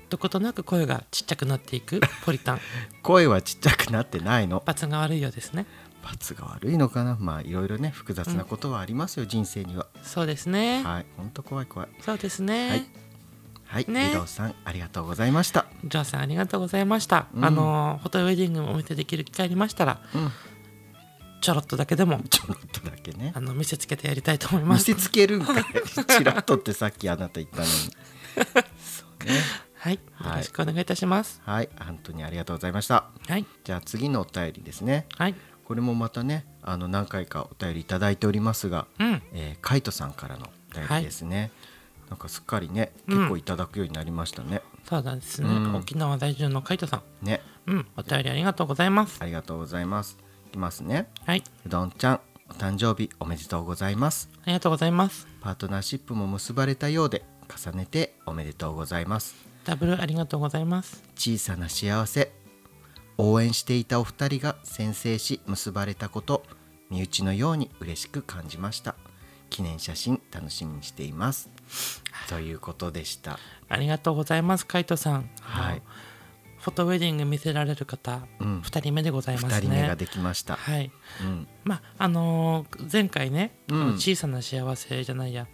S1: どことなく声がちっちゃくなっていくポリタ
S2: *laughs*
S1: ン
S2: 声はちっちゃくなってないの
S1: 罰が悪いようですね
S2: 罰が悪いのかなまあいろいろね複雑なことはありますよ、人生には
S1: そうですね、
S2: はいほんと怖い怖い
S1: そうですね、
S2: はいはい、
S1: ね
S2: リローさんありがとうございました
S1: ジョーさんありがとうございました、
S2: うん
S1: あのフォトウェディングもお見せできる機会ありましたら
S2: うん
S1: ちょろっとだけでも
S2: ちょろっとだけね
S1: あの見せつけてやりたいと思いま
S2: 見
S1: す
S2: せつけるんかいチラッとってさっきあなた言ったのにそうね
S1: はい、
S2: はい
S1: よろしくお願いいたします
S2: はい本当にありがとうございました
S1: はい
S2: じゃあ次のお便りですね
S1: はい
S2: これもまたねあの何回かお便りいただいておりますが、
S1: うん
S2: えーカイトさんからのお便りですね、なんかすっかりね
S1: うん
S2: 結構いただくようになりましたね、
S1: そうなんですね、
S2: うん
S1: 沖縄在住のカイトさん
S2: ね
S1: うんお便りありがとうございます
S2: ありがとうございますいきますね
S1: はいう
S2: どんちゃんお誕生日おめでとうございます
S1: ありがとうございます
S2: パートナーシップも結ばれたようで重ねておめでとうございます
S1: ダブルありがとうございます
S2: 小さな幸せ応援していたお二人が先制し結ばれたこと身内のように嬉しく感じました記念写真楽しみにしていますということでした
S1: ありがとうございますカイトさん
S2: はい
S1: フォトウェディング見せられる方、
S2: うん
S1: 2人目でございますね
S2: 二人目ができました、
S1: はい
S2: うん、
S1: まああのー前回ね、
S2: うん
S1: あの小さな幸せじゃないや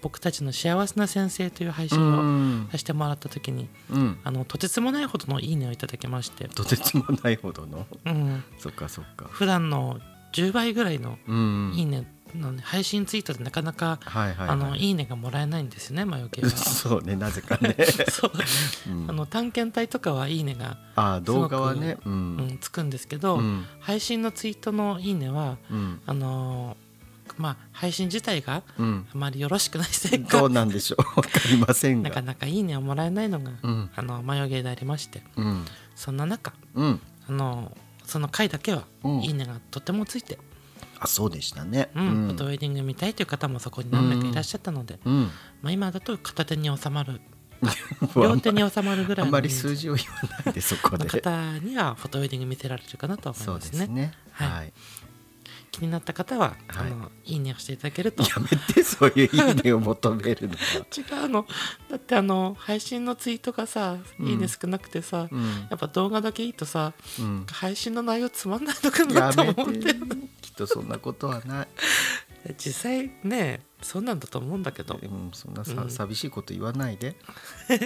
S1: 僕たちの幸せな先生という配
S2: う
S1: 信を
S2: ん
S1: させてもらった時に、
S2: うん
S1: あのとてつもないほどのいいねをいただきまして、
S2: とてつもないほどの *laughs*
S1: うん、
S2: そっかそっか
S1: 普段の10倍ぐらいの
S2: うん
S1: いいねの、ね、配信ツイートでなかなか、
S2: はいはい、はい、
S1: あのいいねがもらえないんですよね魔除けは。
S2: *laughs* そうねなぜか
S1: *laughs*
S2: ね、
S1: そう
S2: うん
S1: あの探検隊とかはいいねが、
S2: ああ動画はねう
S1: うんん、つくんですけど、
S2: うん
S1: 配信のツイートのいいねは
S2: うん
S1: あのーまあ配信自体が
S2: うん
S1: あまりよろしくないせい
S2: ど
S1: か
S2: うなんでしょう *laughs* わかりません
S1: なか
S2: が
S1: なかいいねをもらえないのが、
S2: うん
S1: あの眉毛でありまして
S2: うん
S1: そんな中
S2: うん
S1: あのその回だけは
S2: うん
S1: いいねがとてもついて、
S2: あそうでしたね
S1: うんフォトウェディング見たいという方もそこに何名かいらっしゃったので、
S2: うん
S1: まあ、今だと片手に収まる
S2: あ
S1: 両
S2: んま
S1: 手に収まるぐら
S2: *laughs* あ
S1: い
S2: ん
S1: の
S2: ま
S1: 人
S2: り
S1: 数
S2: 数字を言わないでそこ
S1: の
S2: で
S1: 方にはフォトウェディング見せられるかなと思い
S2: そう
S1: ま
S2: ですす
S1: ね
S2: ね
S1: はい
S2: はい
S1: 気になった方は、
S2: はい
S1: い、あのいいねをしていただけると
S2: やめてそういういいねを求めるのは
S1: 違うのだってあの配信のツイートがさ「いいね」少なくてさ、
S2: うん
S1: やっぱ動画だけいいとさ
S2: うん
S1: 配信の内容つまんないのかな
S2: や
S1: と
S2: め
S1: 思って
S2: てきっとそんなことはない
S1: 実際ねそんなんだと思うんだけど
S2: うんそんな
S1: う
S2: さ
S1: ん
S2: 寂しいこと言わな
S1: *laughs*
S2: いではい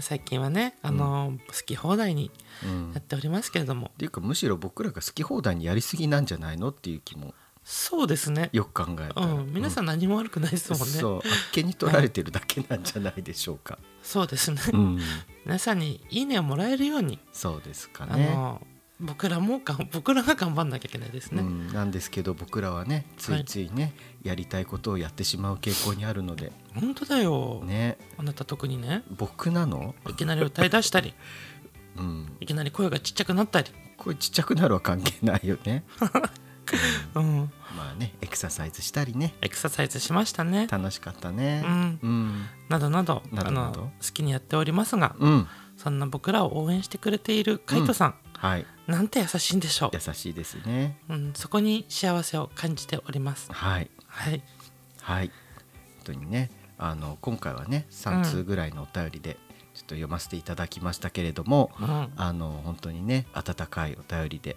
S1: 最近はねあの、好き放題に
S2: うん
S1: やっておりますけれども、
S2: っていうかむしろ僕らが好き放題にやりすぎなんじゃないのっていう気も
S1: そうですね
S2: よく考えた
S1: う
S2: ら、
S1: ん、皆さん何も悪くないですもんね、
S2: そうあっけに取られてるだけなんじゃないでしょう
S1: *laughs*
S2: か、
S1: そうですね、
S2: うん、
S1: 皆さんにいいねをもらえるように、
S2: そうですか
S1: あ
S2: ね
S1: の僕らもがん僕らが頑 *laughs* 張んなきゃいけないです
S2: う
S1: ね、
S2: ん、なんですけど僕らはねついついね、やりたいことをやってしまう傾向にあるので
S1: 本当だよ、
S2: ね
S1: あなた特にね
S2: 僕なの、
S1: いきなり歌い出したり *laughs*
S2: うん、
S1: いきなり声がちっちゃくなったり、
S2: これちっちゃくなるは関係ないよね
S1: うん、
S2: まあねエクササイズしたりね
S1: エクササイズしましたね
S2: 楽しかったね
S1: うん
S2: うん、
S1: などなど
S2: などなど
S1: あの好きにやっておりますが、
S2: うん
S1: そんな僕らを応援してくれているカイトさん、
S2: はい
S1: なんて優しいんでしょ
S2: 優しいですね
S1: う、うん、そこに幸せを感じております
S2: はい
S1: はい
S2: はい本当にねあの今回はね3通ぐらいのお便りでちょっと読ませていただきましたけれども、
S1: うん
S2: あの本当にね温かいお便りで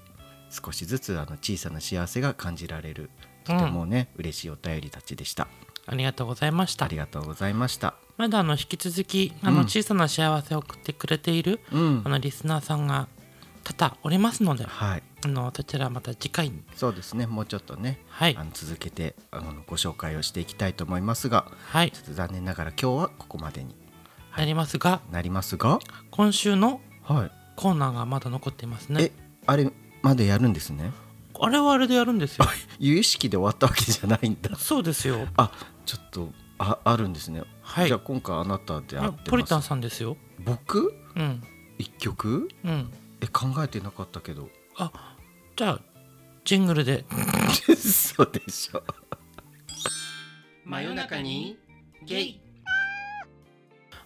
S2: 少しずつあの小さな幸せが感じられるとてもね、嬉しいお便りたちでした
S1: ありがとうございまし
S2: あ
S1: た
S2: りがとうございました
S1: まだあの引き続きあの
S2: うん
S1: 小さな幸せを送ってくれている、
S2: うん
S1: あのリスナーさんが多々おりますので
S2: はい
S1: あのそちらまた次回に
S2: そうですねもうちょっとね、
S1: はい
S2: あの続けてあのご紹介をしていきたいと思いますが
S1: はい
S2: ちょっと残念ながら今日はここまでに
S1: なりますが、
S2: なりますが
S1: 今週の
S2: はい
S1: コーナーがまだ残っていますね
S2: えあれまでやるんですね *laughs*
S1: あれはあれでやるんですよ
S2: 有意識で終わったわけじゃないんだ
S1: そうですよ
S2: あちょっとああるんですね、
S1: はい
S2: じゃあ今回あなたで合って
S1: ポリタ
S2: ま
S1: ン
S2: す
S1: さんですよ
S2: 僕
S1: うん
S2: 一曲
S1: うん
S2: え考えてなかったけど
S1: あじゃあジングルで
S2: そうでしょ
S1: 真夜中にゲイ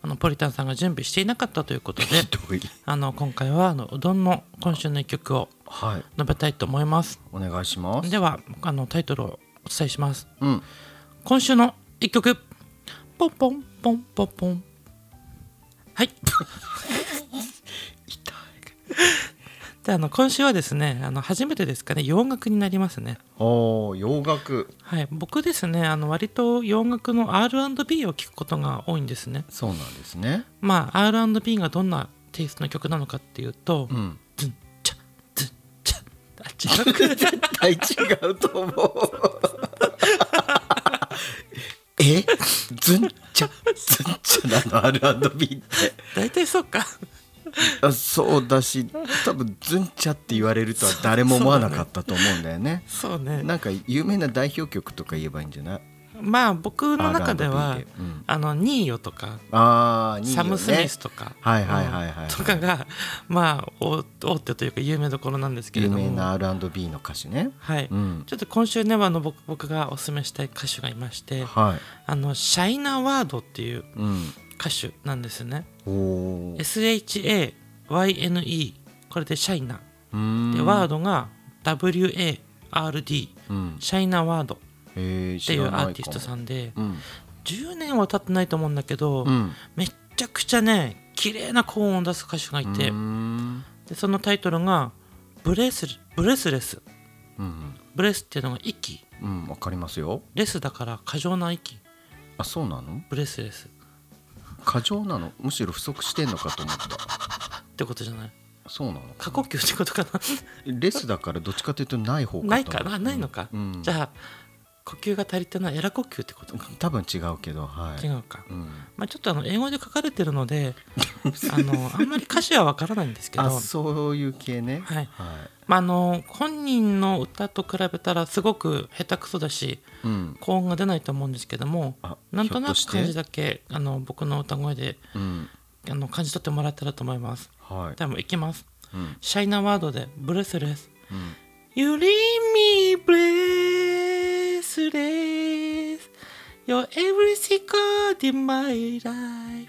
S1: あのポリタンさんが準備していなかったという
S2: *laughs*
S1: ことで
S2: ひどい
S1: あの今回はあのうどんの今週の一曲を
S2: はい
S1: 述べたいと思います
S2: お願いします
S1: ではあのタイトルをお伝えします
S2: うん
S1: 今週の一曲ポンポンポンポンポンはい *laughs*
S2: 痛い
S1: であの今週はですねあの初めてですかね洋楽になりますね
S2: おー洋楽
S1: はい僕ですねあの割と洋楽の R&B を聞くことが多いんですね
S2: そうなんですね
S1: まあ R&B がどんなテイストの曲なのかっていうと、
S2: うん
S1: ズンチャズンチャあ違う
S2: 大違うと思う *laughs* えずんちゃずんちゃなの R&B って
S1: *laughs* 大体そうか
S2: あ *laughs* そうだし多分ずんちゃって言われるとは誰も思わなかったと思うんだよね
S1: そうね
S2: なんか有名な代表曲とか言えばいいんじゃない
S1: まあ僕の中では
S2: R&B でうん
S1: あのニーヨとか
S2: ああ、いいよね
S1: サム・スミスとか、
S2: はいはいはいはい
S1: とかがまあ大大手というか有名どころなんですけれ
S2: 有
S1: ども
S2: 名な R&B の歌手ね
S1: はい、
S2: うん
S1: ちょっと今週ねあの僕僕がおすすめしたい歌手がいまして
S2: はい
S1: あのシャイナ・ワードっていう
S2: うん
S1: 歌手なんですね
S2: おお
S1: SHAYNE これでシャイナで
S2: で
S1: ワードが WARD シ
S2: うん
S1: ャイナ・ワードっ
S2: えー、
S1: ていうアーティスト
S2: ん
S1: さんで
S2: うん
S1: 10年は経ってないと思うんだけど、
S2: うん
S1: めっちゃくちゃね綺麗な高音を出す歌手がいて、
S2: うーん
S1: でそのタイトルがブレス「ブレスレス」
S2: うん
S1: ブレスっていうのが息
S2: うんわかりますよ
S1: レスだから過剰な息
S2: あそうなの
S1: ブレスレス
S2: 過剰なのむしろ不足してんのかと思った
S1: ってことじゃない
S2: そうなの
S1: 過呼吸ってことかな
S2: レスだからどっちかというとない方かと思
S1: な
S2: う
S1: いかなないのか、
S2: うんうん
S1: じゃあ呼吸が足りてないエラ呼吸ってことか
S2: 多分違うけどはい
S1: 違うか、
S2: うん、
S1: まあ、ちょっとあの英語で書かれてるの
S2: *laughs*
S1: であのあんまり歌詞はわからないんですけど
S2: あそういう系ね
S1: はい
S2: は
S1: まあ、あの本人の歌と比べたらすごく下手くそだし
S2: い、うん
S1: 高音が出ないと思うんですけども
S2: あ
S1: なんとな
S2: ひ
S1: く
S2: ょっ
S1: 感
S2: と
S1: じ
S2: して
S1: だけあの僕の歌声で
S2: うん
S1: あの感じ取ってもらえたらと思います
S2: はい
S1: でもいきます
S2: うん
S1: シャイナワードでブレスレス
S2: うん、
S1: You leave me breathless You're every second in my life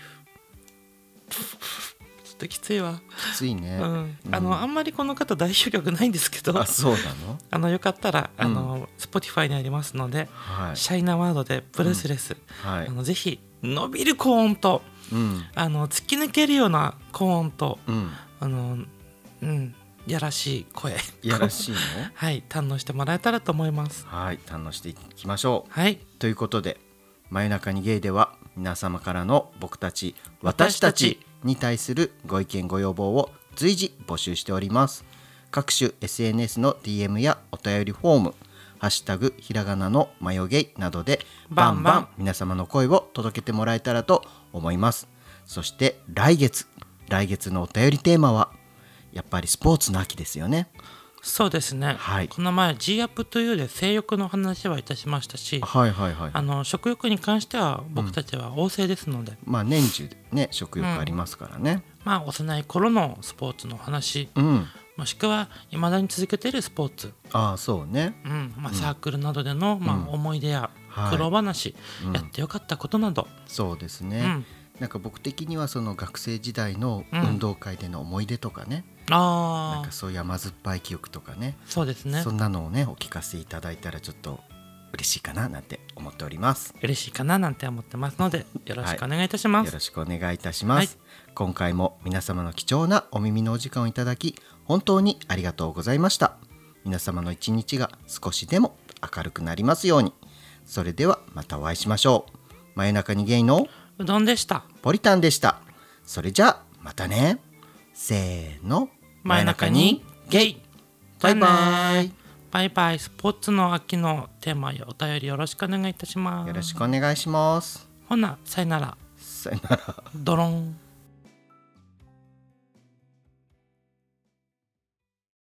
S1: ちょっときついわ、
S2: きついね、
S1: うん、あのあんまりこの方代表曲ないんですけど *laughs*
S2: あそうなの
S1: あのよかったらあの、Spotify にありますので、
S2: はい
S1: シャイナワードでブレスレス、
S2: はい
S1: あのぜひ伸びる高音と
S2: うん
S1: あの突き抜けるような高音と
S2: うん
S1: あのうんやらしい声
S2: やらしいの
S1: *laughs* はい堪能してもらえたらと思います
S2: はい堪能していきましょう
S1: はい
S2: ということで「真夜中にゲイ」では皆様からの僕たち私たちに対するご意見ご要望を随時募集しております各種 SNS の DM やお便りフォーム「ハッシュタグひらがなのマヨゲイ」などでバ
S1: バ
S2: ン
S1: ン
S2: バ
S1: バン
S2: ン皆様の声を届けてもらえたらと思いますそして来月来月のお便りテーマはやっぱりスポーツの秋ですよね
S1: そうですね、
S2: はい
S1: この前 G アップというで性欲の話はいたしましたし
S2: はいはいはい
S1: あの食欲に関しては僕たちは旺盛ですので、
S2: まあ年中ね食欲ありますからね
S1: まあ幼い頃のスポーツの話、
S2: うん
S1: もしくは未だに続けているスポーツ
S2: ああそうね
S1: うんまあ、サークルなどでの、まあ、思い出や
S2: はい
S1: 苦労話、やってよかったことなど、
S2: そうですね、
S1: うん
S2: なんか僕的にはその学生時代の
S1: うん
S2: 運動会での思い出とかね、な
S1: あ
S2: ん
S1: あ
S2: かそういう甘酸っぱい記憶とかね
S1: そうですね
S2: そんなのをねお聞かせいただいたらちょっと嬉しいかななんて思っております
S1: 嬉しいかななんて思ってますのでよろしくお願いいたしま
S2: よ
S1: す、
S2: ろしくお願いいたします、今回も皆様の貴重なお耳のお時間をいただき本当にありがとうございました皆様の一日が少しでも明るくなりますようにそれではまたお会いしましょう真夜中にゲイの
S1: うどんでした
S2: ポリタンでしたそれじゃあまたねせーの
S1: 真夜中にゲイ
S2: バイバイ
S1: バイバイスポーツの秋のテーマやお便りよろしくお願いいたします
S2: よろしくお願いします
S1: ほなさよなら
S2: ささよなら
S1: ドロン